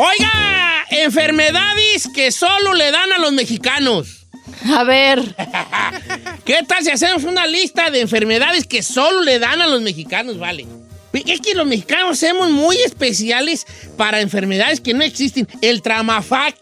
Oiga, enfermedades que solo le dan a los mexicanos. A ver, ¿Qué tal si hacemos una lista de enfermedades que solo le dan a los mexicanos, vale? Es que los mexicanos somos muy especiales para enfermedades que no existen. El tramafac.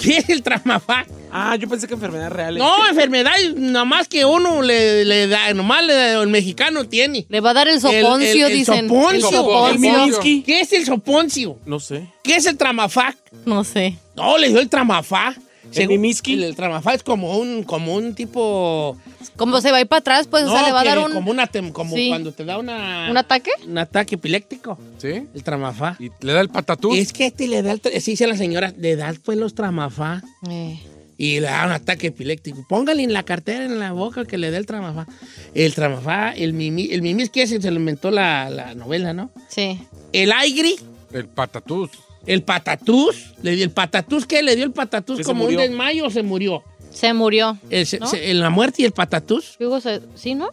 ¿Qué es el tramafac? Ah, yo pensé que eh. enfermedades reales. No, enfermedades nada más que uno le, le da, nomás le da- el mexicano tiene. le va a dar el soponcio, el- el dicen. soponcio. ¿El soponcio. Minsky? ¿Qué es el soponcio? No sé. ¿Qué es el tramafac? No sé. No, le dio el tramafá. mimiski? El, el tramafá es como un, como un tipo. Como se va a ir para atrás, pues, o sea, no, le va a que dar un, Como, una tem- como Sí. cuando te da una. un ataque. un ataque epiléptico. ¿Sí? El tramafá. Y le da el patatús. Es que este le da el. tra- Sí, dice la señora, le da pues los tramafá Eh, y le da un ataque epiléptico. Póngale en la cartera, en la boca, que le dé el tramafá. El tramafá, el mimi. El mimi es que se se lo inventó la, la novela, ¿no? sí. El aigri, El patatús. el patatús. Le dio el patatús, ¿qué? Le dio el patatús Sí, se como un murió. desmayo o se murió. Se murió. El se- ¿No? se- en la muerte y el patatús. Hugo, se- ¿sí, no?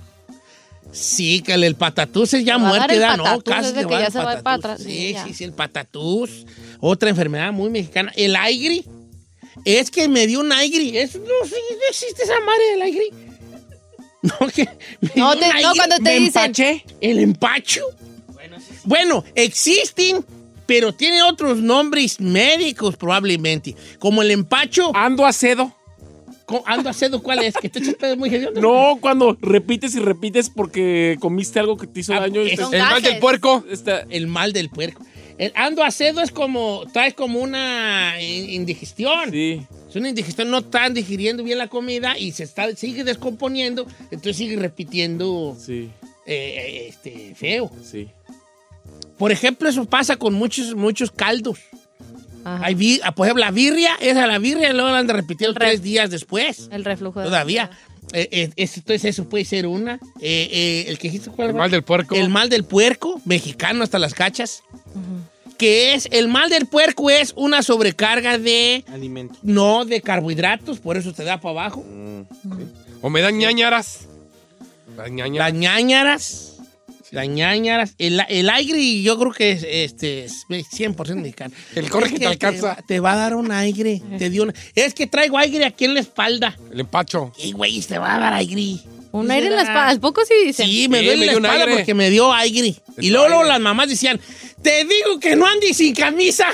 Sí, que el, el patatús es ya Le va a dar muerte, el da, ¿no? patatús, Casi es de le que va ya el se va para patatús. atrás, sí, Sí, ya. sí, sí, el patatús. Otra enfermedad muy mexicana. El aigri. Es que me dio un aigri. Es, no, sí, no existe esa madre del aigri. No, que me No, dio te- un no, aigri. cuando te Me dicen- empaché. El empacho. Bueno, existen, pero tienen otros nombres médicos probablemente. Como el empacho. Ando a cedo. Co- Ando a cedo, ¿cuál es? Que te echas pedos muy hediondo. No, cuando repites y repites porque comiste algo que te hizo Ah, daño. y es- te- Son El mal gases. del puerco. Está- el mal del puerco. El ando acedo es como, traes como una in- indigestión. sí. Es una indigestión, no están digiriendo bien la comida y se está, sigue descomponiendo, entonces sigue repitiendo Sí, eh, este, feo. sí. Por ejemplo, eso pasa con muchos, muchos caldos. Ajá. Hay vi- por ejemplo, la birria, esa la birria luego la andan repitiendo re- tres días después. El reflujo. de- Todavía. Eh, eh, es- entonces eso puede ser una. Eh, eh, el que dijiste, ¿cuál El va? mal del puerco. El mal del puerco, mexicano hasta las cachas. Que es, el mal del puerco es una sobrecarga de, Alimento. no de carbohidratos, por eso te da para abajo. O me dan ñañaras. Las ñañaras. Las ñañaras, las ñañaras. El, el aire yo creo que es, este, es 100% mexicano. El corre Es que te alcanza. va- Te, va a dar un aire. Te dio una- es que traigo aire aquí en la espalda. El empacho. Y güey, se va a dar aire. Un aire en la espalda. ¿A poco sí dicen? "Ah, Sí, me Sí, duele me la dio un espalda aire. porque me dio aire. Y Es luego, luego aire. las mamás decían, te digo que no andes sin camisa.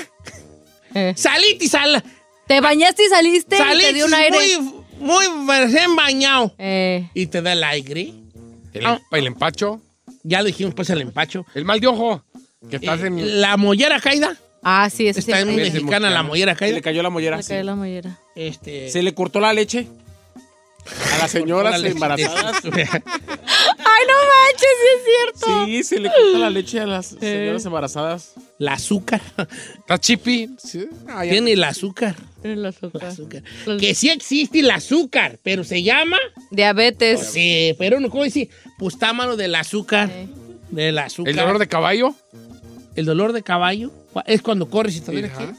Eh. Salite y sal, Te bañaste y saliste y te salite dio un aire. muy, muy recién bañado. Eh, Y te da el aire. El, Ah. el empacho. Ya lo dijimos pues el empacho. El mal de ojo. Que estás Eh, en. La mollera caída. ah, sí, ese sí. Está en me- muy- mexicana la mexicana. mollera Se caída. le cayó la mollera. me sí. cayó la mollera. Este, Se le cortó la leche. A las señoras órale, embarazadas. ¡Ay, no manches! Sí es cierto. Sí, se le cortó la leche a las señoras embarazadas. La azúcar. Estás chipi. Sí. Ah, ya. Tiene el azúcar. El azúcar. azúcar. Que sí existe el azúcar, pero se llama... Diabetes. Sí, pero no, ¿cómo decir? Pues está malo del azúcar. Sí. Del azúcar. El dolor de caballo. El dolor de caballo es cuando corres y te duele Ajá. aquí.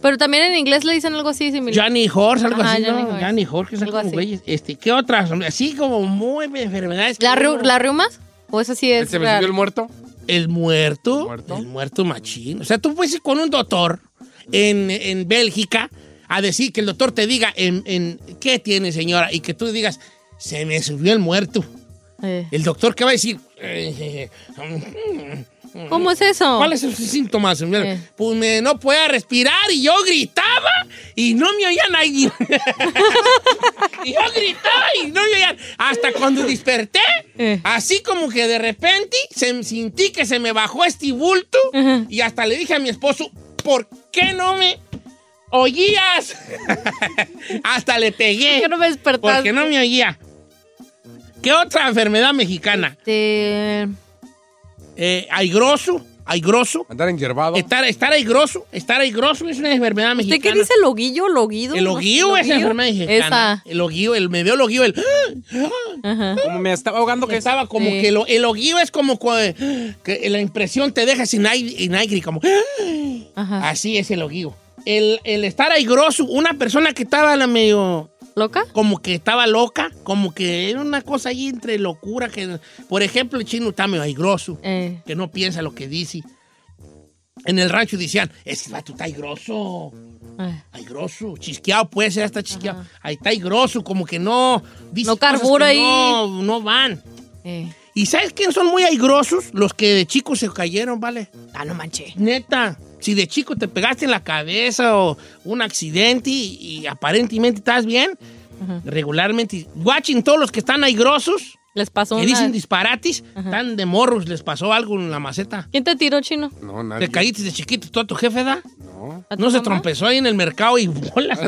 Pero también en inglés le dicen algo así similar. Johnny Horse, algo Ajá, así, ¿no? Johnny Johnny Horse. Horse, que son Algo como así. güeyes. Este, ¿Qué otras? Así como muy enfermedades. ¿La, que ru- uno- ¿La reumas? ¿O eso sí es Se Este me real? subió el muerto. El muerto. El ¿El muerto. muerto? machín. O sea, tú puedes ir con un doctor en, en Bélgica a decir que el doctor te diga en, en qué tiene, señora, y que tú digas, se me subió el muerto. Eh. El doctor, ¿qué va a decir? Eh, eh, eh, ¿Cómo es eso? ¿Cuáles son sus síntomas? señora? ¿Qué? Pues me- no podía respirar y yo gritaba y no me oía nadie. y yo gritaba y no me oían. Hasta cuando desperté, Eh. así como que de repente se me- sentí que se me bajó este bulto Ajá. y hasta le dije a mi esposo, ¿por qué no me oías? hasta le pegué. ¿Por qué no me despertaste? Porque no me oía. ¿Qué otra enfermedad mexicana? Este, Eh, hay grosso, hay grosso. Andar enyerbado. Estar, estar ahí groso, estar ahí groso es una enfermedad ¿Usted mexicana. qué dice loguillo, loguido? El oguío es ¿Loguillo? enfermedad mexicana. Esa. El oguío, el me dio el oguío, el... Ajá. Como me estaba ahogando que Estaba como Sí. que el, el oguío es como cua- que la impresión te deja sin aire, sin aire, como... Ajá. Así es el oguío. El, el estar ahí grosso, una persona que estaba la medio... ¿Loca? como que estaba loca, como que era una cosa ahí entre locura que, por ejemplo, el chino está medio aigroso, Eh. que no piensa lo que dice. En el rancho decían, es que el vato está aigroso, Ay. aigroso, chisqueado puede ser hasta chisqueado, ahí está aigroso, como que no dice No cosas carbura que ahí. no, no van. Eh. ¿Y sabes quién son muy aigrosos? Los que de chicos se cayeron, ¿vale? Ah, no manché. Neta, si de chico te pegaste en la cabeza o un accidente y, y aparentemente estás bien, regularmente, watching todos los que están ahí grosos, Les pasó que una... dicen disparates, están de morros, les pasó algo en la maceta. ¿Quién te tiró, chino? No, nadie. Te caíste de chiquito, tú a tu jefe, ¿da? No. ¿A tu No se mamá? trompezó ahí en el mercado y bola.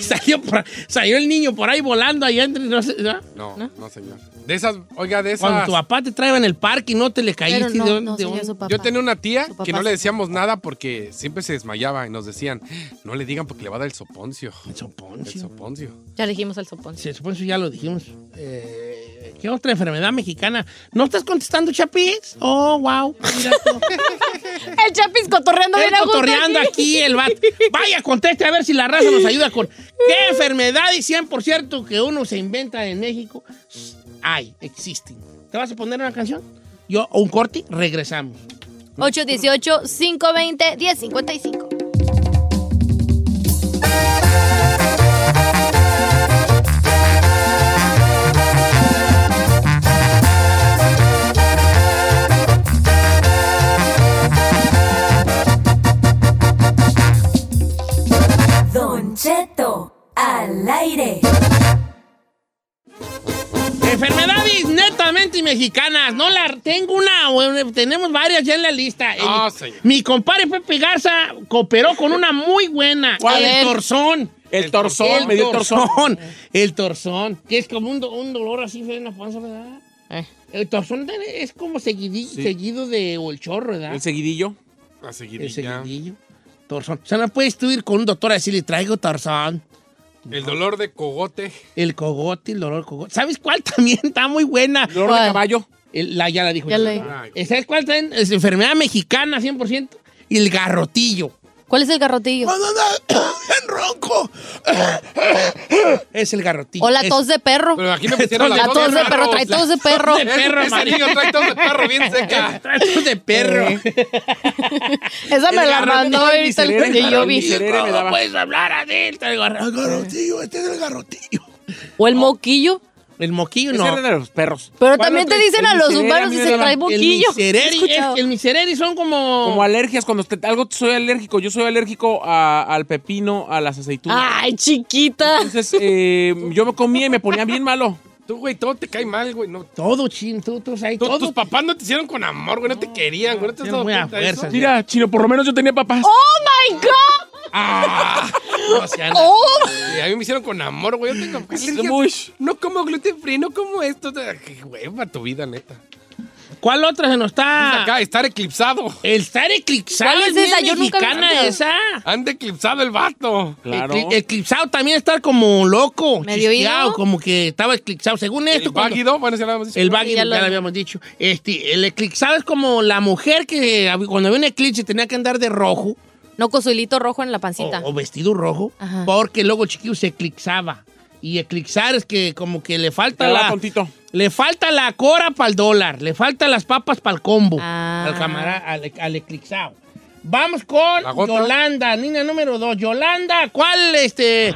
salió, por- salió el niño por ahí volando allá entre, no sé, ¿da? No, no, señor. De esas, oiga, de Cuando esas. tu papá te trae en el parque y no te le caíste Pero no, de, un- no, de un- señor, su papá. Yo tenía una tía Su papá que no sí. le decíamos nada porque siempre se desmayaba y nos decían, no le digan porque le va a dar el soponcio. El Soponcio. soponcio. Ya le dijimos al sopón. Sí, supongo que ya lo dijimos. Eh, ¿Qué otra enfermedad mexicana? ¿No estás contestando, Chapis? Oh, wow. Mira tú. El chapis cotorreando bien a Está gusto cotorreando aquí el vato. Vaya, conteste a ver si la raza nos ayuda con. ¿Qué enfermedad y 100% que uno se inventa en México? Hay, existen. ¿Te vas a poner una canción? Yo, o un corte, regresamos. 818-520-1055. Don Cheto, al aire. Enfermedades netamente mexicanas. No la tengo una, bueno, tenemos varias ya en la lista. No, El- señor. Mi compadre Pepe Garza cooperó con una muy buena. ¿Cuál? El torzón. El torzón, El me dio el torzón. torzón. El torzón. Que es como un, do- un dolor así en la panza, ¿verdad? Eh. El torzón de- es como seguidi- seguido de o el chorro, ¿verdad? El seguidillo. A seguir El y ya. seguidillo. Torzón. O sea, no puedes tú ir con un doctor a decirle, traigo torzón. El dolor de cogote. El cogote, el dolor cogote. ¿Sabes cuál también está muy buena? Dolor de ¿Cuál? caballo. El- la, ya la dijo. Ya la Ah, Ah, ¿Sabes cuál también es enfermedad mexicana 100%? Y el garrotillo. ¿Cuál es el garrotillo? No, no, no, ronco. es el garrotillo. O la Es- tos de perro. Pero aquí me pusieron La tos de perro, trae tos de perro. de perro, Ese amarillo. niño trae tos de perro bien seca. Tratos de perro. Esa me El la mandó garrotillo, ahorita el miserere, que yo vi. miserere. Cerere me ¿Cómo daba. puedes hablar adentro? El garro- el garrotillo, este es el garrotillo. O el moquillo. El moquillo Ese era no. de los perros. Pero ¿Cuál también otro? te dicen pues, a El los miserere, humanos mí y me se daba- trae El moquillo. misereri, ¿Has escuchado? es- el misereri son como... Como alergias, cuando te- algo soy alérgico. Yo soy alérgico a- al pepino, a las aceitunas. Ay, chiquita. Entonces, eh, yo me comía y me ponía bien malo. Tú, güey, todo te cae mal, güey. No, Todo chin, tú, tú, o sea, hay tú- todo. tus papás no te hicieron con amor, güey. No te querían, güey. No te has Eran dado muy a cuenta de eso? fuerzas. Mira, Ah, chino, por lo menos yo tenía papás. ¡Oh, my God! Ah, no, sean- ¡Oh! Y a mí me hicieron con amor, güey. Yo tengo alergias. Mush. No como gluten free, no como esto. Qué hueva tu vida, neta. ¿Cuál otra se nos está...? Acá, estar eclipsado. El estar eclipsado ¿Cuál es es bien esa? Yo nunca me- mexicana esa. Anda eclipsado el vato. Claro. Ecli- Eclipsado también estar como loco, ¿Medio chisqueado, ido? como que estaba eclipsado. Según El esto, cuando- váguido, bueno, ya lo habíamos dicho. el váguido, ya ya, lo- lo habíamos dicho. Este, el eclipsado es como la mujer que hab- cuando había un eclipse tenía que andar de rojo No, con su hilito rojo en la o, pancita. o vestido rojo, Ajá. porque luego el chiquillo se eclipsaba. Y eclipsar es que como que le falta Estaba la, tontito. le falta la cora para el dólar, le faltan las papas para el combo, Ah. al camarada, al, e-, al eclipsado. Vamos con La gota. Yolanda, niña número dos. Yolanda, ¿cuál este?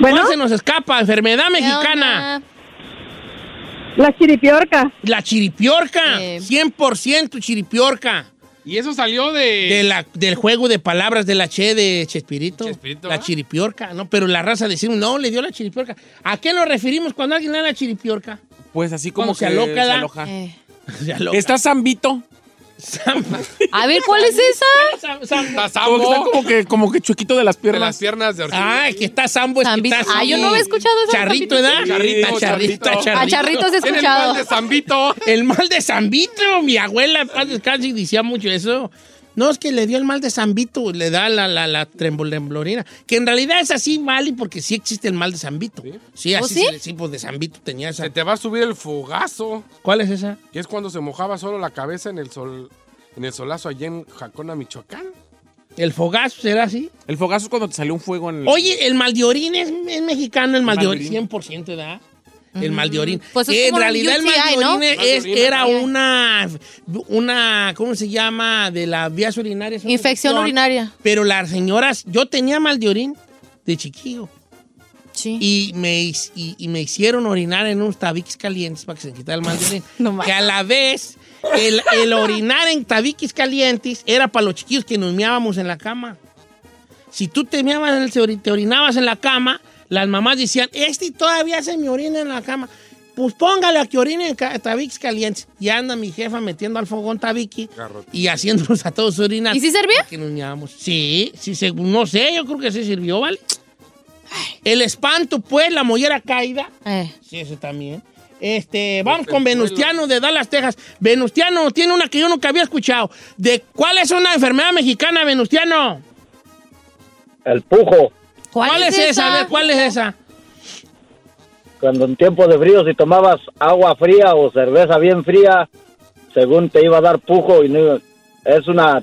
¿Cuál se nos escapa? Enfermedad ¿Qué mexicana. onda? La chiripiorca. La chiripiorca. Eh. 100% chiripiorca. Y eso salió de... De la- del juego de palabras de la Che de Chespirito. Chespirito, la ¿ah? chiripiorca, ¿no? Pero la raza decimos, no, le dio la chiripiorca. ¿A qué nos referimos cuando alguien le da la chiripiorca? Pues así Cuando como se que aloca, ¿da? aloja. Eh. Ya lo- Está Zambito. A ver, ¿cuál es esa? Sam- Sam- Como que está Tazambo, como que, como que chuequito de las de las piernas. piernas de orquídea. Ah, que está Sambo. es que Zambito. está Ah, yo así. no había escuchado Ah, esa Charrito, Zambito. ¿verdad? Charrito, Charrito, charrito, charrito. A charritos he Tiene el mal escuchado. de Zambito. El mal de Zambito. Mi abuela, en paz descanse, decía mucho eso. No, es que le dio el mal de Zambito, le da la, la, la trembolemblorina. Que en realidad es así, Mali, porque sí existe el mal de Zambito. Sí, ¿Oh, así sí? se le- sí, pues de Zambito tenía esa. Se te va a subir el fogazo. ¿Cuál es esa? Que es cuando se mojaba solo la cabeza en el sol... En el solazo allá en Jacona, Michoacán. ¿El fogazo será así? El fogazo es cuando te salió un fuego en el. Oye, el mal de orín es, es mexicano, el mal de orín, Maldorín. 100%, ¿verdad? El mal de orín. Pues es Que en como un realidad el mal UTI, de orín ¿no? Mal de es, orín, era ajá. una, una, ¿cómo se llama? De las vías urinarias. una Infección urinaria. Pero las señoras, yo tenía mal de orín de chiquillo Sí. y me, his- y, y me hicieron orinar en unos tabiques calientes para que se me quitara el mal de orín. No más. que a la vez, el, el orinar en tabiques calientes era para los chiquillos que nos meábamos en la cama. Si tú te meabas, en el- se ori- te orinabas en la cama, las mamás decían, este todavía se me orina en la cama. Pues póngale a que orine en ca- tabiques calientes. Y anda mi jefa metiendo al fogón tabique y haciéndonos a todos orinar. ¿Y si servía? Que nos meábamos. Sí, sí, según, no sé, yo creo que sí sirvió, ¿vale? El espanto, pues, la mollera caída. Eh. Sí, eso también. Este, vamos con Venustiano de Dallas, Texas. Venustiano tiene una que yo nunca había escuchado. ¿De cuál es una enfermedad mexicana, Venustiano? El pujo. ¿Cuál, es, esa? A ver, ¿cuál es esa? Cuando en tiempo de frío, si tomabas agua fría o cerveza bien fría, según te iba a dar pujo y no- es una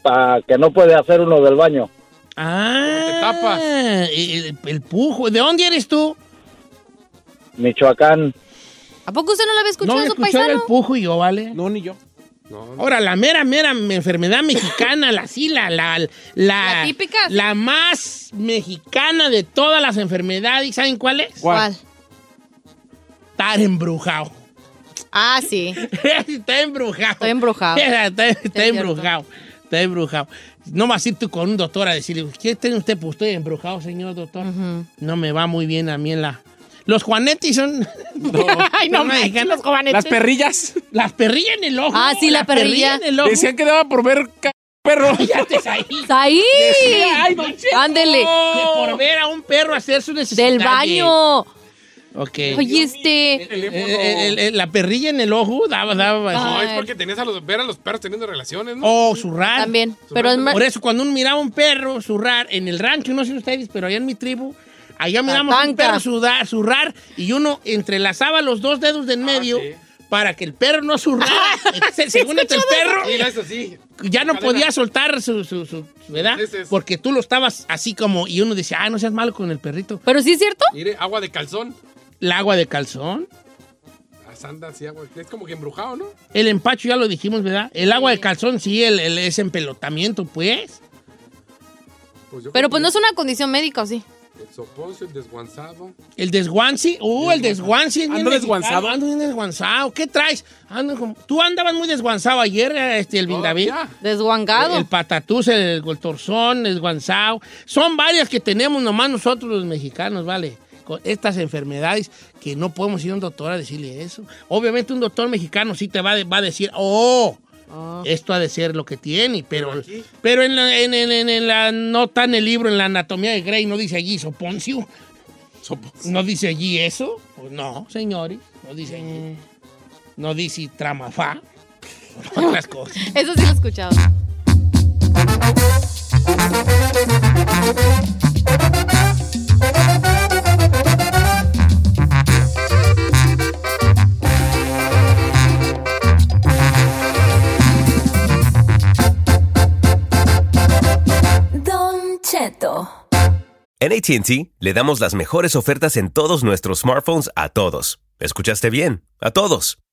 pa- que no puede hacer uno del baño. Ah, Te tapas. El, el- el pujo. ¿De dónde eres tú? Michoacán, ¿A poco usted no la había no escuchado, me su escuchó paisano? el pujo y yo, ¿vale? No, ni yo. No, no. Ahora, la mera, mera enfermedad mexicana, la sí, la, la, la, La típica. La más mexicana de todas las enfermedades. ¿Saben cuál es? ¿Cuál? Estar embrujado. Ah, sí. está embrujado. Estoy embrujado. Está, está cierto. embrujado. Está embrujado. No vas a ir tú con un doctor a decirle, ¿qué tiene usted? Pues estoy embrujado, señor doctor. No me va muy bien a mí en la... Los juanetes son... Ay, no Son manches, mexicanos. los juanetes. Las perrillas. Las perrillas en el ojo. Ah, sí, la Las perrillas perrilla. en el ojo. Decían que daba por ver ca- perro. Ya te ahí. Está ahí. Ay, don Cheto. Ándele. Que por ver a un perro hacer su necesidad. Del baño. Ok. Oye, este. Eh, eh, el- el- la perrilla en el ojo daba, daba. Ah. No, es porque tenías a los, ver a los perros teniendo relaciones, ¿no? Oh, zurrar. También. Pero es más. Por eso, cuando uno miraba un perro zurrar en el rancho, no sé ustedes, pero allá en mi tribu, allá miramos un tanca. perro sudar, zurrar y uno entrelazaba los dos dedos de en medio Ah, sí. para que el perro no zurrara. Entonces, según el Sí, perro, es así. ya no Cadena. podía soltar su, su, su- su- ¿verdad? Sí, sí, sí. Porque tú lo estabas así como, y uno decía, ah, no seas malo con el perrito. ¿Pero sí es cierto? Mire, agua de calzón. El agua de calzón, Las andas y agua. Es como que embrujado, ¿no? el empacho, ya lo dijimos, ¿verdad? El agua de calzón, sí, el, el- ese empelotamiento, pues. Pues yo Pero creo pues que no es una condición médica, ¿o sí? El soponcio, el desguanzado. El desguanci, uh, el desguanci. es bien ¿Ando mexicano. desguanzado? Ando bien desguanzado. ¿Qué traes? Ando como- Tú andabas muy desguanzado ayer, este, el Vindavid. ya. Desguangado. el patatús, el, el torzón, el desguanzado. Son varias que tenemos nomás nosotros los mexicanos, ¿vale? Con estas enfermedades que no podemos ir a un doctor a decirle eso. Obviamente un doctor mexicano sí te va, de- va a decir, oh, esto ha de ser lo que tiene, pero, pero, en, la, en- en- en- en la nota en el libro, en la anatomía de Grey, no dice allí soponcio. ¿No dice allí eso? Pues no, señores, no dice allí. No dice tramafá. Otras cosas. Eso sí lo he escuchado. Don Cheto. En ATT le damos las mejores ofertas en todos nuestros smartphones a todos. ¿Escuchaste bien? A todos.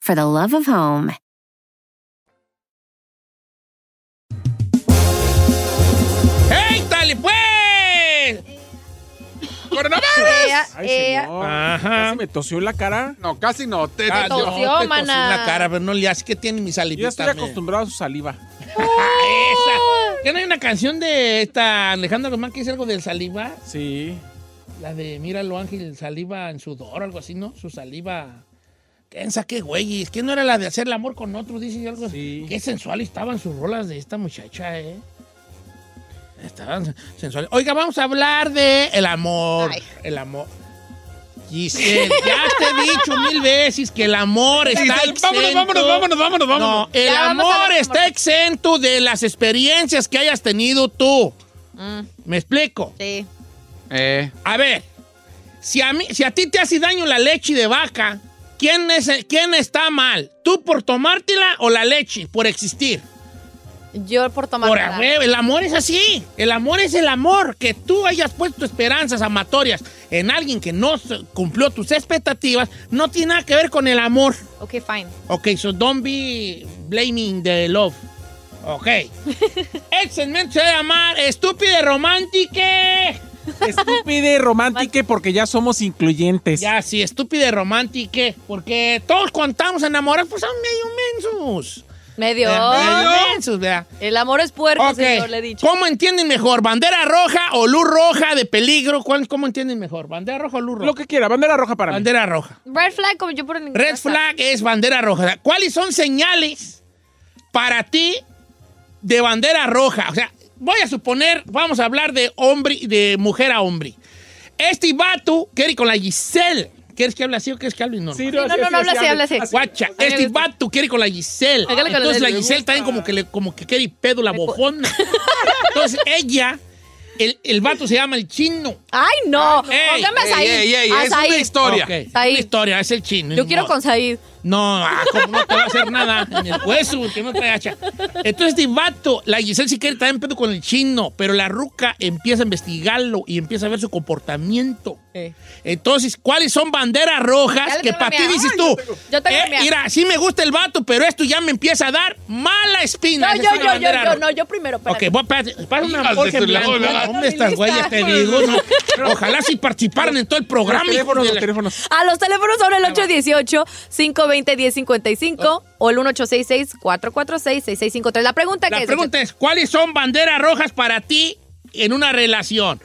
for the love of home. ¡Ey, dale pues! Ea, ¡Coronavirus! ea. Ajá. ¿Me tosió en la cara? No, casi no. Te, Ah, te- no, tosió, te tosí en mana. la cara, pero no le hace que tiene mi Yo salivita. ya estoy me- acostumbrado a su saliva. Ah, esa. ¿Que no hay una canción de esta Alejandra Guzmán que es algo del saliva? Sí. La de Míralo Ángel, saliva en sudor, algo así, ¿no? Su saliva. ¿Quién saqué, güey? Es que no era la de hacer el amor con otro, dice algo así. Sí. Qué sensual estaban sus rolas de esta muchacha, ¿eh? Estaban sensuales. Oiga, vamos a hablar de el amor. Ay. El amor. Giselle, ya te he dicho mil veces que el amor está Giselle, exento. vámonos, vámonos, vámonos, vámonos, vámonos. No, el Ya, vamos a amor ver cómo- está exento de las experiencias que hayas tenido tú. Mm, ¿Me explico? sí. Eh, A ver, si a, mí- si a ti te hace daño la leche de vaca, ¿quién, es, el- ¿quién está mal? ¿Tú por tomártela o la leche por existir? Yo por tomar. Por nada. a huevo, el amor es así. El amor es el amor. Que tú hayas puesto esperanzas amatorias en alguien que no se- cumplió tus expectativas no tiene nada que ver con el amor. Ok, fine. Ok, so don't be blaming the love. Ok. El segmento se llama Estúpide Romántica. Estúpida y romántica porque ya somos incluyentes. Ya, sí, estúpida y romántica. Porque todos cuando estamos enamorados, pues son medio mensos. Medio. Medio mensos, ¿verdad? El amor es puerco, Ok. señor, le he dicho. ¿Cómo entienden mejor? ¿Bandera roja o luz roja de peligro? ¿Cuál, ¿Cómo entienden mejor? ¿Bandera roja o luz roja? Lo que quiera, bandera roja para mí. bandera roja. Red flag, como yo por en mi Red casa. flag es bandera roja. O sea, ¿Cuáles son señales para ti de bandera roja? O sea, voy a suponer, vamos a hablar de hombre, de mujer a hombre. Este vato quiere ir con la Giselle. ¿Quieres que hable así o quieres que hable? No, no. no, no, no, habla así, habla así. Guacha, este vato quiere con la Giselle. Hágale con Entonces la- la Giselle también como que, le, como que quiere pedo la bofona. Entonces ella, el, el vato se llama el chino. Ay, no. Ey, Póngame a ey, Said. ey, ey, A es una Said. historia. Ok, es Said. una historia, es el chino. Yo ni quiero modo. con Said. No, ah, como no te va a hacer nada en el hueso, que no te hacha. Entonces, este vato, la Giselle si quiere también pedo con el chino, pero la ruca empieza a investigarlo y empieza a ver su comportamiento. Eh. Entonces, ¿cuáles son banderas Ya rojas le que tengo la para ti mía. dices Ay, tú? yo tengo- yo tengo eh, la mía. mira, sí me gusta el vato, pero esto ya me empieza a dar mala espina. No, Esa es yo, una yo, yo, bandera yo, roja. no, yo primero. Ok, espérate. voy a pasa- pasa una Hijas de Jorge tu en blanco. lado, ¿verdad? ¿Dónde estas güeyes te digo? no. Ojalá si participaran en todo el programa. Los hijo teléfonos, de los la- teléfonos. A los teléfonos son el 818-520-1055 o el 1866-446-6653. La pregunta que La es. pregunta es, ¿cuáles son banderas rojas para ti en una relación?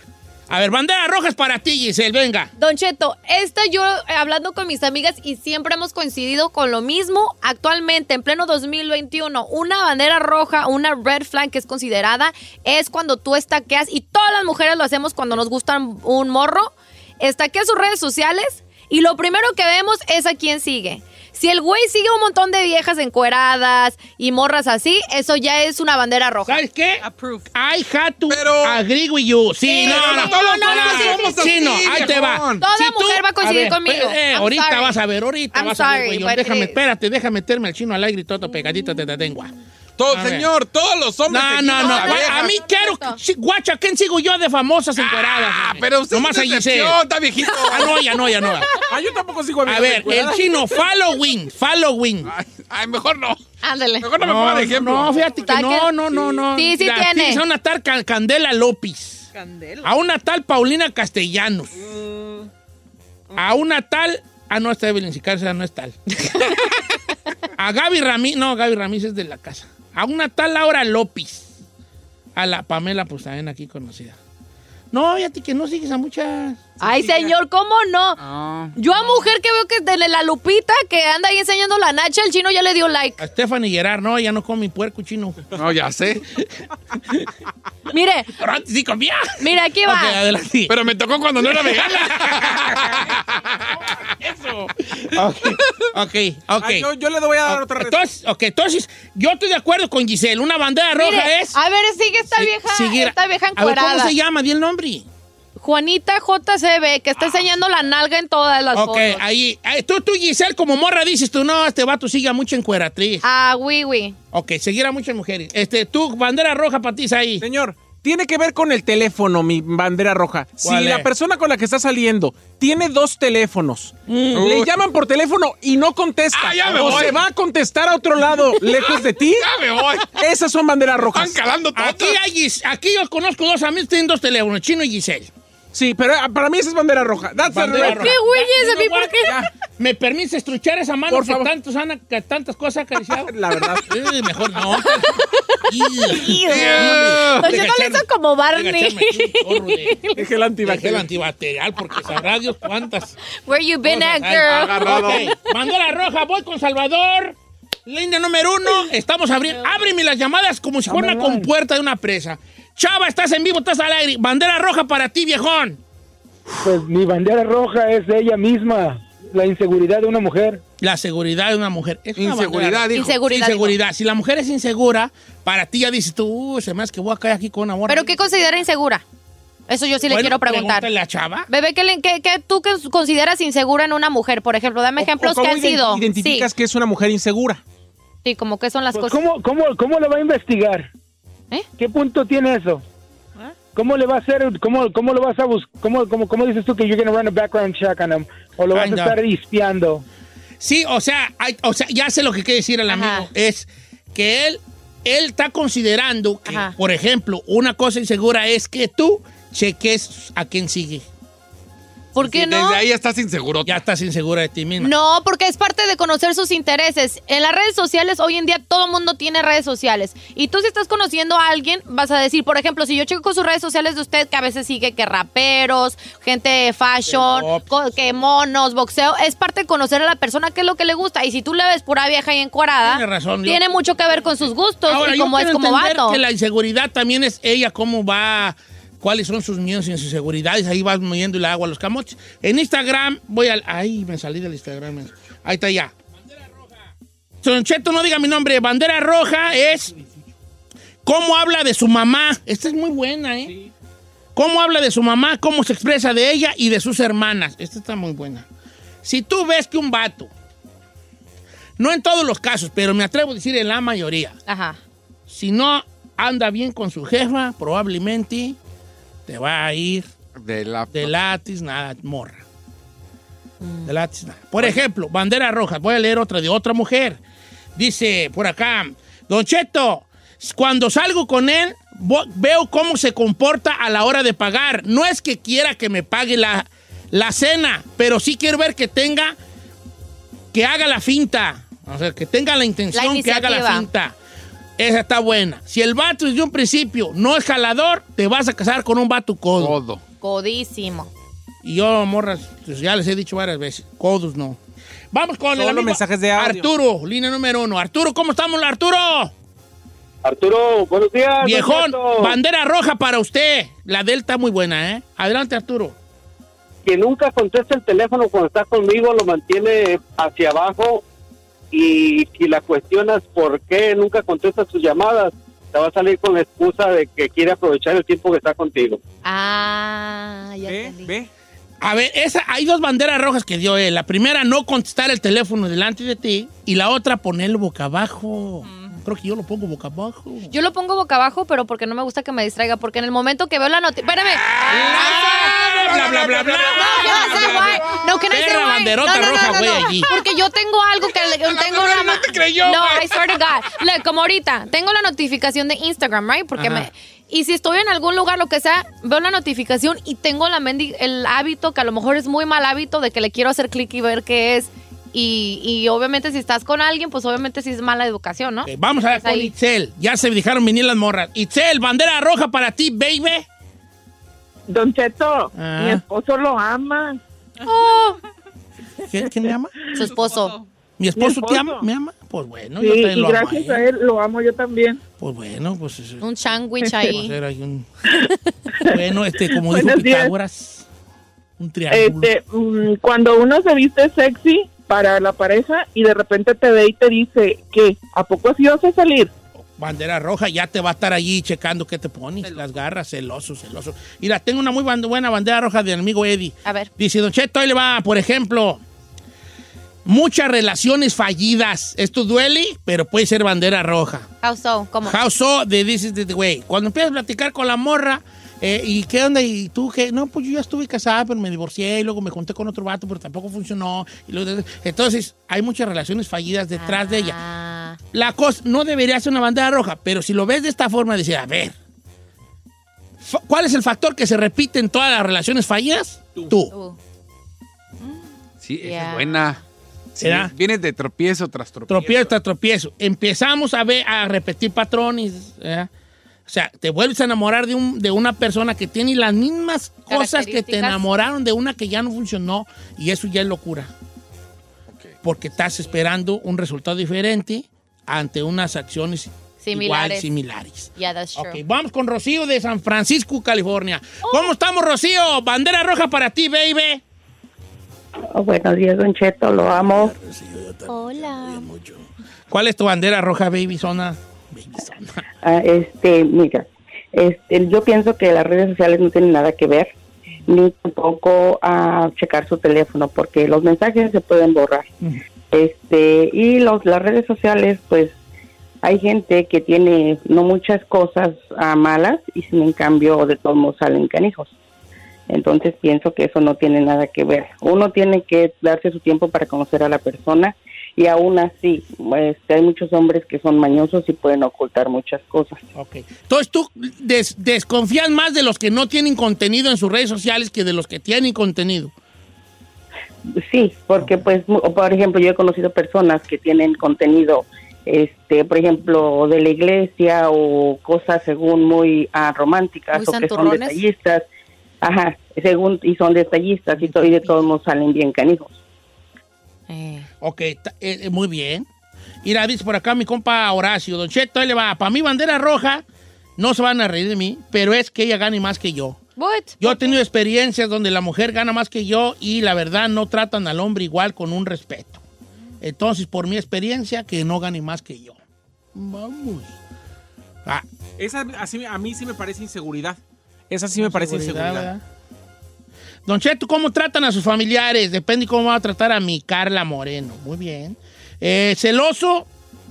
A ver, banderas rojas para ti, Giselle, venga. Don Cheto, esta yo eh, hablando con mis amigas y siempre hemos coincidido con lo mismo. Actualmente, en pleno 2021, una bandera roja, una red flag que es considerada, es cuando tú estaqueas, y todas las mujeres lo hacemos cuando nos gustan un morro, estaqueas sus redes sociales y lo primero que vemos es a quién sigue. Si el güey sigue un montón de viejas encueradas y morras así, eso ya es una bandera roja. ¿Sabes qué? I had to agree with you. Sí, Sí, no, pero no, no, no, no, no, sí, somos sí, así, no, ahí te va. viejón. Toda mujer va a coincidir ver, conmigo. pues, eh, I'm ahorita sorry. vas a ver, ahorita I'm vas a ver, sorry, güey. but it Déjame, is. espérate, déjame meterme al chino al aire y todo pegadito te tengo. Todo, señor, todos los hombres No, seguimos no, no. a la vieja. A mí quiero. sí, Guacha, ¿quién sigo yo de famosas encueradas? Ah, pero usted Nomás es a Giselle. excepción, está viejito. Ah, no, ya no, ya no. Ah, yo tampoco sigo A ver, el chino, following, following. Ay, mejor no. Ándale. Mejor no me pongan Ah, ejemplo. No, fíjate que no, Saque- no, no, no. Sí, sí Mira, tiene. tienes A una tal Can- Candela López. A una tal Paulina Castellanos. Mm. A una tal. Ah, no, esta Evelyn Sicarza no es tal. a Gaby Ramírez. No, Gaby Ramírez es de la casa. A una tal Laura López. A la Pamela, pues también aquí conocida. No, fíjate que no sigues a muchas. Ay, señor, ¿cómo no? Yo a mujer que veo que de la lupita que anda ahí enseñando la nacha, el chino ya le dio like. A Stephanie Gerard, no, ya no come puerco chino. No, ya sé. Mire, Pero antes sí comía. mire, aquí va. Ok, adelante. Pero me tocó cuando no era vegana. Ok, ok. Ay, yo, yo le voy a dar otra respuesta. Entonces, ok, entonces, yo estoy de acuerdo con Giselle. Una bandera roja Mire, es. A ver, sigue esta Sí, vieja, seguir- esta vieja A ver, ¿cómo encuerada. se llama? Di el nombre. Juanita JCB, que está enseñando la nalga en todas las Ok, fotos. ahí. ahí, Tú, tú, Giselle, como morra, dices tú, no, este vato sigue a mucha encueratriz. Ah, oui, oui. Ok, seguir a muchas mujeres. Este, tú, bandera roja para ti, ahí. Señor, tiene que ver con el teléfono, mi bandera roja. Si ¿Cuál es? la persona con la que está saliendo tiene dos teléfonos, le Mm. Uy. llaman por teléfono y no contesta, Ah, ya me o voy. se va a contestar a otro lado, lejos de ti, Ya me voy. esas son banderas rojas. Están calando todo. Aquí, hay Gis- aquí yo conozco dos amigos que tienen dos teléfonos, el chino y Giselle. Sí, pero ah, para mí esa es bandera roja. That's a Bandera red roja. ¿Qué güeyes? Ya, ¿A mí no, por qué? ya. ¿Me permites estruchar esa mano Por que, favor. tantos han- que tantas cosas ha acariciado? flag, La verdad. Eh, mejor no. Ih, Don Pues Deja Cheto le hizo echarme- como deja Barney. echarme aquí un chorro de- Dejé el Dejé el antibacterial. antibacterial porque sabrá Dios cuántas. Where you been cosas at, hay. girl? Ok, Bandera roja, voy con Salvador. Línea número uno, estamos abriendo. Ábreme las llamadas como si fuera una compuerta de una presa. Chava, estás en vivo, estás al aire. Bandera roja para ti, viejón. Pues mi bandera roja es ella misma, la inseguridad de una mujer. La seguridad de una mujer. Es una bandera Inseguridad, roja. dijo. Inseguridad. Inseguridad. Si la mujer es insegura, para ti ya dices tú, "Uy, se me hace que voy a caer aquí con una morra. ¿Pero qué considera insegura? Eso yo sí le Bueno, quiero preguntar. Pregúntale a Chava. Bebé, ¿qué, le- qué- qué tú que consideras insegura en una mujer? Por ejemplo, dame O- ejemplos o cómo que han ident- sido. Sí, Identificas que es una mujer insegura. sí, como que son las Pues, cosas. ¿cómo, cómo, ¿Cómo le va a investigar? ¿Eh? ¿Ah? ¿Qué punto tiene eso? ¿Cómo le va a hacer? ¿Cómo, cómo lo vas a buscar? ¿Cómo, cómo, ¿Cómo dices tú que you're gonna run a background check on him? ¿O lo vas Kinda. a estar espiando? Sí, o sea, hay- o sea, ya sé lo que quiere decir el amigo. Ajá. Es que él, él está considerando que, Ajá. por ejemplo, una cosa insegura es que tú cheques a quién sigue. ¿Por qué no? Desde ahí estás inseguro. Ya estás insegura de ti misma. No, porque es parte de conocer sus intereses. En las redes sociales, hoy en día todo mundo tiene redes sociales. Y tú si estás conociendo a alguien, vas a decir, por ejemplo, si yo checo con sus redes sociales de usted, que a veces sigue que raperos, gente de fashion, Que co- que monos, boxeo, es parte de conocer a la persona qué es lo que le gusta. Y si tú le ves pura vieja y encuerada, Tiene razón, yo- tiene mucho que ver con sus gustos Ahora, y yo como es quiero como entender vato. que la inseguridad también es ella, cómo va, cuáles son sus miedos y sus inseguridades. Ahí vas moviendo el agua a los camotes. En Instagram, voy al. Ay, me salí del Instagram. Ahí está ya. Soncheto, no diga mi nombre. Bandera roja es. ¿Cómo habla de su mamá? Esta es muy buena, ¿eh? ¿Cómo habla de su mamá? ¿Cómo se expresa de ella y de sus hermanas? Esta está muy buena. Si tú ves que un vato, no en todos los casos, pero me atrevo a decir en la mayoría, Ajá. si no anda bien con su jefa, probablemente te va a ir De la... de latis nada, morra. De latis nada. Por ejemplo, bandera roja. Voy a leer otra de otra mujer. Dice por acá, Don Cheto, cuando salgo con él, vo- veo cómo se comporta a la hora de pagar. No es que quiera que me pague la, la cena, pero sí quiero ver que tenga, que haga la finta. O sea, que tenga la intención que haga la iniciativa. finta. Esa está buena. Si el vato desde un principio no es jalador, te vas a casar con un vato codo. Todo. Codísimo. Y yo, morras, pues ya les he dicho varias veces, codos no. Vamos con Solo el amigo mensajes de audio. Arturo, línea número uno. Arturo, ¿cómo estamos, Arturo? Arturo, buenos días. don Viejón, Cheto. bandera roja para usted. La delta muy buena, ¿eh? Adelante, Arturo. que nunca contesta el teléfono cuando está conmigo, lo mantiene hacia abajo y si la cuestionas por qué nunca contesta sus llamadas, te va a salir con la excusa de que quiere aprovechar el tiempo que está contigo. Ah, ya entendí. A ver, esa, hay dos banderas rojas que dio él. La primera, no contestar el teléfono delante de ti. Y la otra, ponerlo boca abajo. Creo que yo lo pongo boca abajo. Yo lo pongo boca abajo, pero porque no me gusta que me distraiga, porque en el momento que veo la noticia... ¡Espérame! ¡Ah! Bla, bla, bla, bla. No, can I say why? No, can I say Perra why? banderota no, no, roja, no, güey, no, no. allí. Porque yo tengo algo que... le- tengo una... ma- creyó, No, güey. I swear to God. Le- como ahorita, tengo la notificación de Instagram, right? Porque Ajá. me... Y si estoy en algún lugar, lo que sea, veo la notificación y tengo la mendi- el hábito, que a lo mejor es muy mal hábito, de que le quiero hacer clic y ver qué es. Y, y obviamente si estás con alguien, pues obviamente sí es mala educación, ¿no? Eh, Vamos a ver Es con ahí. Itzel. Ya se dejaron venir las morras. Itzel, bandera roja para ti, baby. Don Cheto, Ah. mi esposo lo ama. ¿Qui- ¿Quién me ama? Su esposo. ¿Mi esposo, Mi te esposo. ama? ¿Me ama? Pues bueno, Sí, yo también y lo amo. a gracias él. a él lo amo yo también. Pues bueno, pues. eh, Un sándwich vamos a ahí. hacer ahí un- Bueno, este, como dijo Buenos días. Pitágoras, un triángulo. Este, mm, cuando uno se viste sexy para la pareja y de repente te ve y te dice que a poco así vas a salir. Bandera roja, ya te va a estar allí checando qué te pones. Las garras, celoso, celoso. Y la tengo una muy ban- buena bandera roja de mi amigo Eddie. A ver. Dice, Don Cheto, ahí le va, por ejemplo, muchas relaciones fallidas. Esto duele, pero puede ser bandera roja. How so? ¿Cómo? How so de This is the Way. Cuando empiezas a platicar con la morra, eh, ¿y qué onda? ¿Y tú qué? No, pues yo ya estuve casada, pero me divorcié y luego me junté con otro vato, pero tampoco funcionó. Y luego- entonces, hay muchas relaciones fallidas detrás de ella. Ah. La cosa no debería ser una bandera roja, pero si lo ves de esta forma, dice, a ver, fa- ¿cuál es el factor que se repite en todas las relaciones fallidas? Tú. Uh. Sí, esa Ya. es buena. Sí, ¿Será? vienes de tropiezo tras tropiezo. Tropiezo tras tropiezo. Empezamos a ver, a repetir patrones. ¿eh? O sea, te vuelves a enamorar de, un, de una persona que tiene las mismas cosas que te Características. enamoraron de una que ya no funcionó y eso ya es locura. Porque estás esperando un resultado diferente ante unas acciones Similares. igual, similares. Yeah, that's true. Oh. Ok, vamos con Rocío de San Francisco, California. ¿Cómo estamos, Rocío? Bandera roja para ti, baby. Oh, buenos días, Don Cheto, lo amo. Hola. ¿Cuál es tu bandera roja, baby zona? Ah, este, mira, este, yo pienso que las redes sociales no tienen nada que ver, ni tampoco a checar su teléfono, porque los mensajes se pueden borrar. Este, y los, las redes sociales, pues, hay gente que tiene no muchas cosas ah, malas y sin en cambio de todos modos salen canijos. Entonces pienso que eso no tiene nada que ver. Uno tiene que darse su tiempo para conocer a la persona y aún así, este, hay muchos hombres que son mañosos y pueden ocultar muchas cosas. Ok. Entonces tú des- desconfías más de los que no tienen contenido en sus redes sociales que de los que tienen contenido. Sí, porque pues, mu- por ejemplo, yo he conocido personas que tienen contenido, este, por ejemplo, de la iglesia o cosas según muy ah, románticas Muy o que son santurrones. detallistas, ajá, según y son detallistas y, to- y de todos modos salen bien canijos. Ok, ta- eh, eh, muy bien. Mira, dice por acá mi compa Horacio, Don Cheto, ahí le va. Para mi bandera roja, no se van a reír de mí, pero es que ella gane más que yo. What? Yo he tenido experiencias donde la mujer gana más que yo y la verdad no tratan al hombre igual con un respeto. Entonces, por mi experiencia, que no gane más que yo. Vamos. Ah, Esa así, a mí sí me parece inseguridad. Esa sí me parece inseguridad. ¿verdad? Don Cheto, ¿cómo tratan a sus familiares? Depende cómo va a tratar a mi Carla Moreno. Muy bien. Eh, celoso,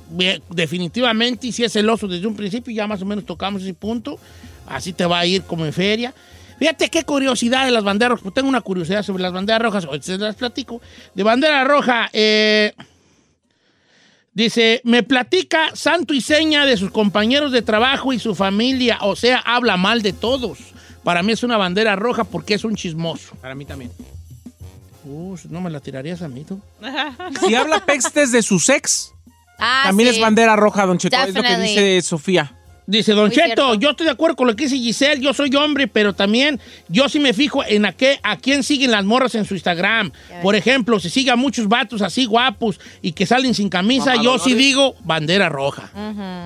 bien, definitivamente, y si es celoso desde un principio, ya más o menos tocamos ese punto. Así te va a ir como en feria. Fíjate qué curiosidad de las banderas rojas. Tengo una curiosidad sobre las banderas rojas. Hoy se las platico. De bandera roja, eh, dice, me platica santo y seña de sus compañeros de trabajo y su familia. O sea, habla mal de todos. Para mí es una bandera roja porque es un chismoso. Para mí también. Uh, no me la tirarías a mí, tú. Si habla pestes de su sex, Ah, también sí. es bandera roja, don Cheto. Es lo que Definitely. dice Sofía. Dice Don Muy Cheto, cierto. yo estoy de acuerdo con lo que dice Giselle, yo soy hombre, pero también yo sí me fijo en a, qué, a quién siguen las morras en su Instagram. Por ejemplo, si sigue a muchos vatos así guapos y que salen sin camisa, yo sí Mamadores. digo bandera roja.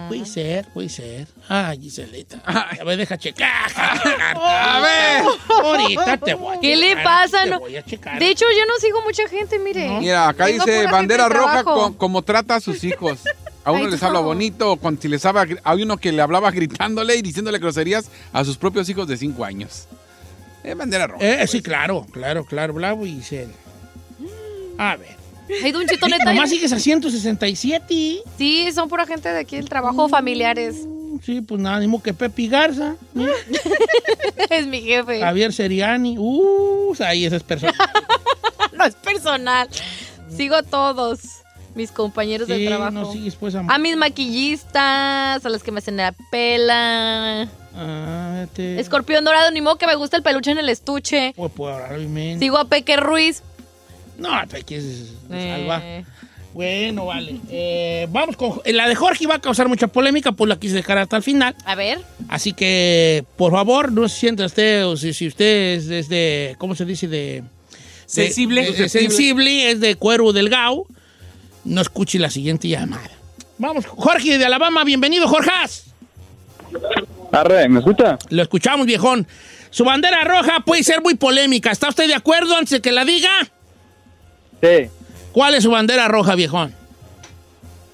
Puede ser, puede ser. Ay, Giselita. A ver, deja checar. A ver. Ahorita te voy a ¿Qué le checar, pasa? te No. voy a checar. De hecho, yo no sigo mucha gente, mire. Mira, acá Tengo pura dice gente bandera de roja trabajo. co- como trata a sus hijos. A uno Ay, les habla no. bonito, cuando si les habla, gri- hay uno que le hablaba gritándole y diciéndole groserías a sus propios hijos de 5 años. Es bandera roja. Eh, sí, claro, claro, claro, bravo y A ver. Ay, Don Cheto, neta. Nomás sigues a 167. Sí, son pura gente de aquí, el trabajo, familiares. Sí, pues nada, ni modo que Pepe Garza, ¿no? es mi jefe. Javier Seriani. Uh, ahí esas personas. No es personal. Sigo a todos mis compañeros de Sí, trabajo. no sigues, pues, a- a mis maquillistas, a las que me hacen la pela. Ah, te- Escorpión dorado, ni modo que me gusta el peluche en el estuche. Pues puedo hablar, obviamente. Sigo a Peque Ruiz. No, Peque es- es salva. Eh, Bueno, vale. Eh, vamos con. La de Jorge va a causar mucha polémica, pues la quise dejar hasta el final. a ver. Así que, por favor, no se sienta usted, o si, si usted es, es de, ¿cómo se dice? De, de- Sensible. de- de sensible, es de cuero delgado. No escuche la siguiente llamada. Vamos, Jorge de Alabama, bienvenido, Jorjas. Arre, ¿me escucha? Lo escuchamos, viejón. Su bandera roja puede ser muy polémica. ¿Está usted de acuerdo antes de que la diga? Sí. ¿Cuál es su bandera roja, viejón?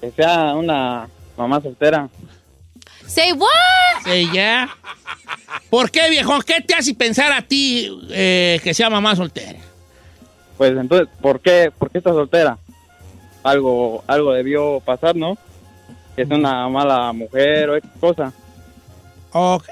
Que sea una mamá soltera. Say what? Sí, ya. ¿Por qué, viejón? ¿Qué te hace pensar a ti eh, que sea mamá soltera? Pues entonces, ¿por qué, por qué está soltera? Algo, algo debió pasar, ¿no? Que es una mala mujer o X cosa. Ok.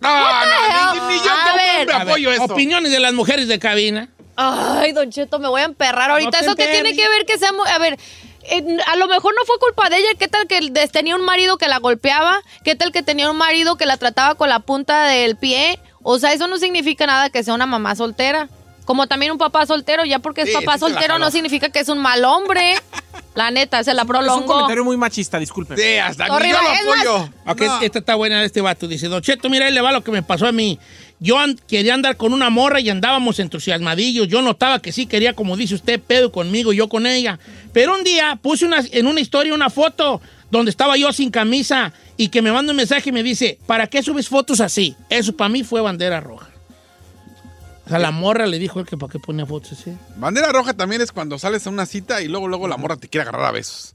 No, no, ni- ni yo A como ver. hombre apoyo eso. Opiniones de las mujeres de cabina. Ay, Don Cheto, me voy a emperrar ahorita. No te ¿Eso qué tiene emperres. que ver que sea... mu- A ver, eh, a lo mejor no fue culpa de ella. ¿Qué tal que des- tenía un marido que la golpeaba? ¿Qué tal que tenía un marido que la trataba con la punta del pie? O sea, eso no significa nada que sea una mamá soltera. Como también un papá soltero. Ya porque es Sí, papá sí se la soltero jaló. no significa que es un mal hombre. La neta, se la Es un prolongó. comentario muy machista, disculpen. Sí, hasta aquí Horrible, yo lo es apoyo. Ok, Esta está buena de este vato. Dice, Don Cheto, mira, ahí le va lo que me pasó a mí. Yo an- quería andar con una morra y andábamos entusiasmadillos. Yo notaba que sí quería, como dice usted, pedo conmigo y yo con ella. Pero un día puse una, en una historia una foto donde estaba yo sin camisa y que me manda un mensaje y me dice, ¿para qué subes fotos así? Eso para mí fue bandera roja. O sea, la morra le dijo él que para qué ponía fotos así. Bandera roja también es cuando sales a una cita y luego, luego la morra te quiere agarrar a besos.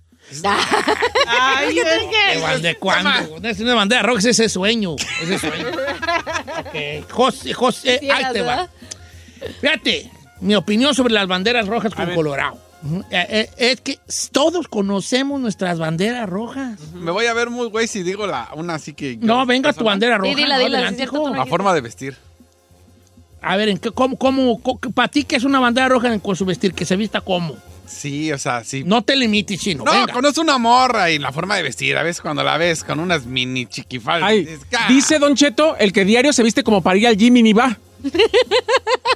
Ay, ¿Qué tal que- ¿De cuándo? No es una bandera roja, es ese sueño. Ese sueño. Ok. José, José, Quisieras, ahí te va. ¿verdad? Fíjate, mi opinión sobre las banderas rojas con Colorado. Ujú. Eh, eh, Es que todos conocemos nuestras banderas rojas. Me voy a ver muy güey si digo la, una así que... No, venga tu bandera roja. dila, no, dila, adelante, sí, cierto, hijo. tú no La forma de vestir. A ver, ¿en qué, ¿cómo, cómo, para ti qué es una bandera roja en- con su vestir? Que se vista como. Sí, o sea, sí. No te limites, chino. No, venga. conoce una morra y la forma de vestir. A veces cuando la ves con unas mini chiquifaldas. Ay, dices, "Ah". dice Don Cheto, el que diario se viste como para ir al gym y ni va.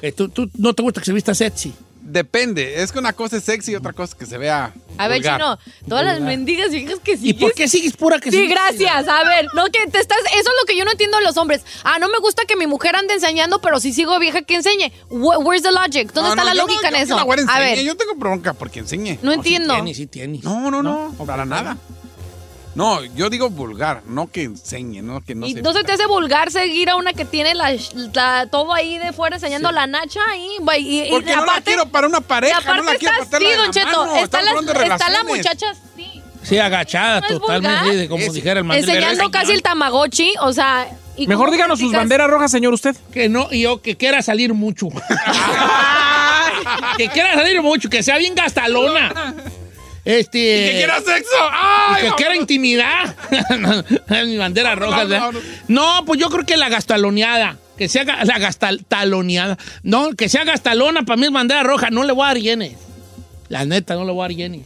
Eh, ¿Tú, tú no te gusta que se vista sexy? Depende. Es que una cosa es sexy y otra cosa es que se vea. A ver, vulgar. Chino, todas las mendigas viejas que sigues. ¿Y por qué sigues pura que Sí, sigues? gracias. A ver, no que te estás. Eso es lo que yo no entiendo de los hombres. Ah, no me gusta que mi mujer ande enseñando, pero si sigo vieja que enseñe. Wh- Where's the logic? ¿Dónde No, está no, la yo no- lógica yo en que eso? la güera a enseñe, ver, Yo tengo bronca porque enseñe. no entiendo. sí tienes. No, no, no. para nada. No, yo digo vulgar, no que enseñe, no que no ¿Y se no se te hace vulgar seguir a una que tiene la, la- todo ahí de fuera enseñando la nacha ahí? va, Y, y Porque no la aparte, quiero para una pareja, y aparte no la quiero está para así, estarla de Don la Cheto. mano, está, estamos la, hablando de está la relaciones. agachada así, Sí, agachada, No es totalmente, vulgar. como dijera el mandilero. enseñando casi el tamagotchi. O sea. ¿y Mejor cómo díganos sus practicas? banderas rojas, señor, usted. Que no, y yo que quiera salir mucho. que quiera salir mucho, que sea bien gastalona. Este. Y que quiera sexo. ¡Ay, y que mamá! quiera intimidad. Es Mi bandera roja. no, ¿verdad? no, No, pues yo creo que la gastaloneada. Que sea ga- la gastaloniada. No, que sea gastalona para mí es bandera roja. No le voy a dar yenes. La neta, no le voy a dar yenes.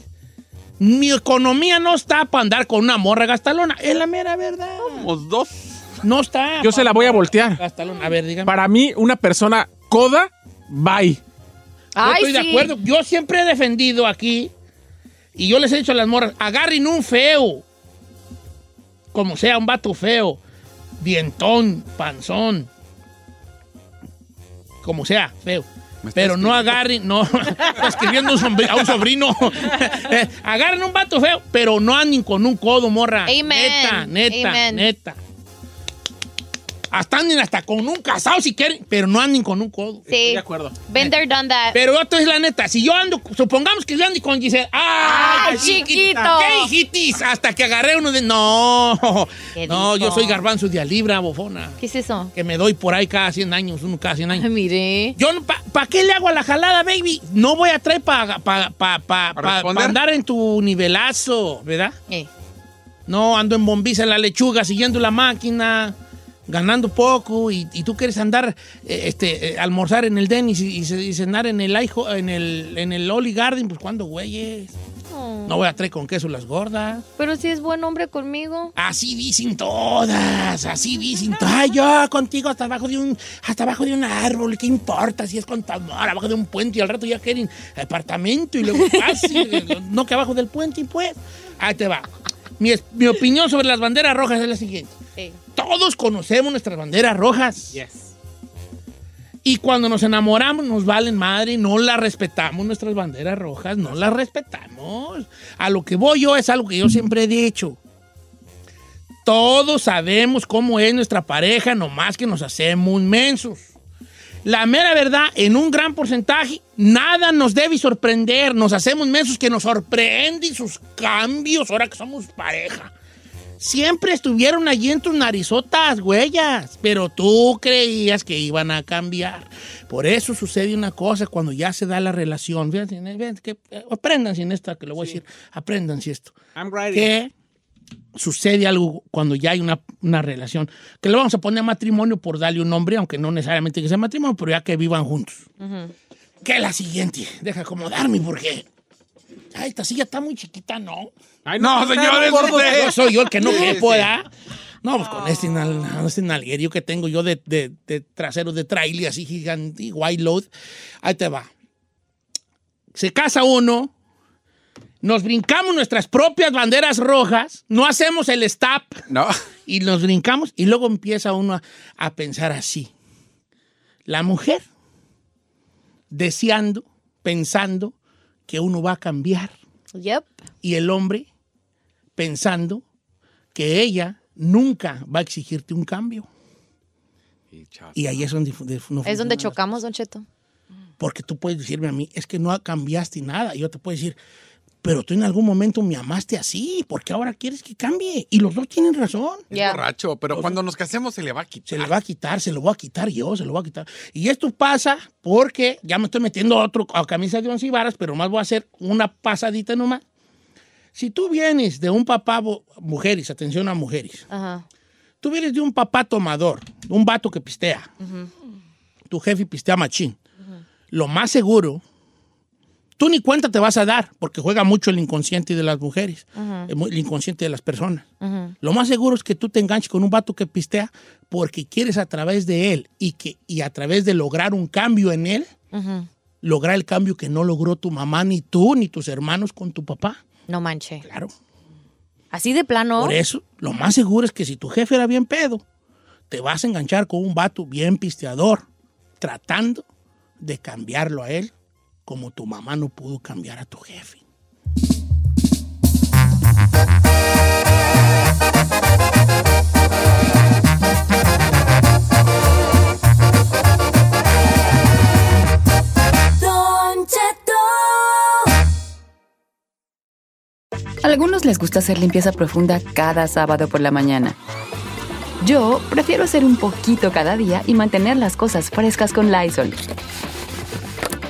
Mi economía no está para andar con una morra gastalona. Es la mera verdad. Somos Pues dos. No está. Yo se la voy a voltear. Gastalona. A ver, dígame. Para mí, una persona coda, bye. Yo Ay, estoy de sí. acuerdo. Yo siempre he defendido aquí, y yo les he dicho a las morras, agarren un feo, como sea, un vato feo, dientón, panzón, como sea, feo. Pero no agarren, no, está escribiendo un sombri- a un sobrino. Eh, agarren un vato feo, pero no anden con un codo, morra. Amen. Neta, neta, Amen. neta. Hasta anden hasta con un casado si quieren, pero no anden con un codo. Sí. de acuerdo. Been there, done that. Pero yo te digo la neta, si yo ando, supongamos que yo ando con Giselle. ¡Ah, ¡Ay, chiquito! ¡Qué hijitis! Hasta que agarré uno de. No, ¿Qué no, dijo? yo soy garbanzo de a libra, bofona. ¿Qué es eso? Que me doy por ahí cada 100 años, uno cada 100 años. mire. Yo, ¿para qué le hago a la jalada, baby? No voy a traer para pa, pa- pa- pa- responder? pa andar en tu nivelazo, ¿verdad? Eh, No, ando en bombiza en la lechuga, siguiendo la máquina, ganando poco, y, y tú quieres andar, eh, este, eh, almorzar en el Dennis y, y ce- y cenar en el, Iho- en el en el Oli Garden, pues cuando güeyes. No voy a traer con queso las gordas. Pero si es buen hombre conmigo. Así dicen todas, así dicen todas. Ay, yo contigo hasta abajo de un, hasta abajo de un árbol, ¿qué importa si es con tu amor? Abajo de un puente y al rato ya quieren apartamento y luego fácil, no que abajo del puente y pues. Ahí te va. Mi, es- mi opinión sobre las banderas rojas es la siguiente. Todos conocemos nuestras banderas rojas. Y cuando nos enamoramos nos valen madre, no las respetamos, nuestras banderas rojas, no las respetamos. A lo que voy yo es algo que yo siempre he dicho. Todos sabemos cómo es nuestra pareja, nomás que nos hacemos mensos. La mera verdad, en un gran porcentaje, nada nos debe sorprender. Nos hacemos mensos que nos sorprenden sus cambios ahora que somos pareja. Siempre estuvieron allí en tus narizotas, huellas, pero tú creías que iban a cambiar. Por eso sucede una cosa cuando ya se da la relación. Fíjense, fíjense que, eh, apréndanse en esta que le voy a decir, apréndanse esto. Que sucede algo cuando ya hay una, una relación, que le vamos a poner matrimonio por darle un nombre, aunque no necesariamente que sea matrimonio, pero ya que vivan juntos. Que la siguiente, deja acomodarme porque... Ay, esta silla está muy chiquita, ¿no? no, No, señores, gordo, usted. yo soy yo el que no Sí, que sí. pueda. No, pues con este, nal- este nalguerío que tengo yo de, de- de trasero de trailer así gigante, y white load, ahí te va. Se casa uno, nos brincamos nuestras propias banderas rojas, no hacemos el stop No. y nos brincamos y luego empieza uno a, a pensar así. La mujer deseando, pensando que uno va a cambiar Yep. y el hombre pensando que ella nunca va a exigirte un cambio. Y ahí es donde fu- de- no Es donde funciona. chocamos, Don Cheto. Porque tú puedes decirme a mí, es que no cambiaste nada. Y yo te puedo decir, pero tú en algún momento me amaste así, porque ahora quieres que cambie. Y los dos tienen razón. Es borracho, pero cuando nos casemos se le va a quitar. Se le va a quitar, se lo voy a quitar yo, se lo voy a quitar. Y esto pasa porque ya me estoy metiendo a otro a camisa de once varas, pero más voy a hacer una pasadita nomás. Si tú vienes de un papá, bo- mujeres, atención a mujeres, Ajá. tú vienes de un papá tomador, de un vato que pistea, Ujú. tu jefe pistea machín, lo más seguro, tú ni cuenta te vas a dar, porque juega mucho el inconsciente de las mujeres, Ujú. el inconsciente de las personas. Ujú. Lo más seguro es que tú te enganches con un vato que pistea porque quieres a través de él y, que, y a través de lograr un cambio en él, Ujú. lograr el cambio que no logró tu mamá, ni tú, ni tus hermanos con tu papá. No manche. Claro. Así de plano. Por eso, lo más seguro es que si tu jefe era bien pedo, te vas a enganchar con un vato bien pisteador, tratando de cambiarlo a él como tu mamá no pudo cambiar a tu jefe. Don Cheto. Algunos les gusta hacer limpieza profunda cada sábado por la mañana. Yo prefiero hacer un poquito cada día y mantener las cosas frescas con Lysol.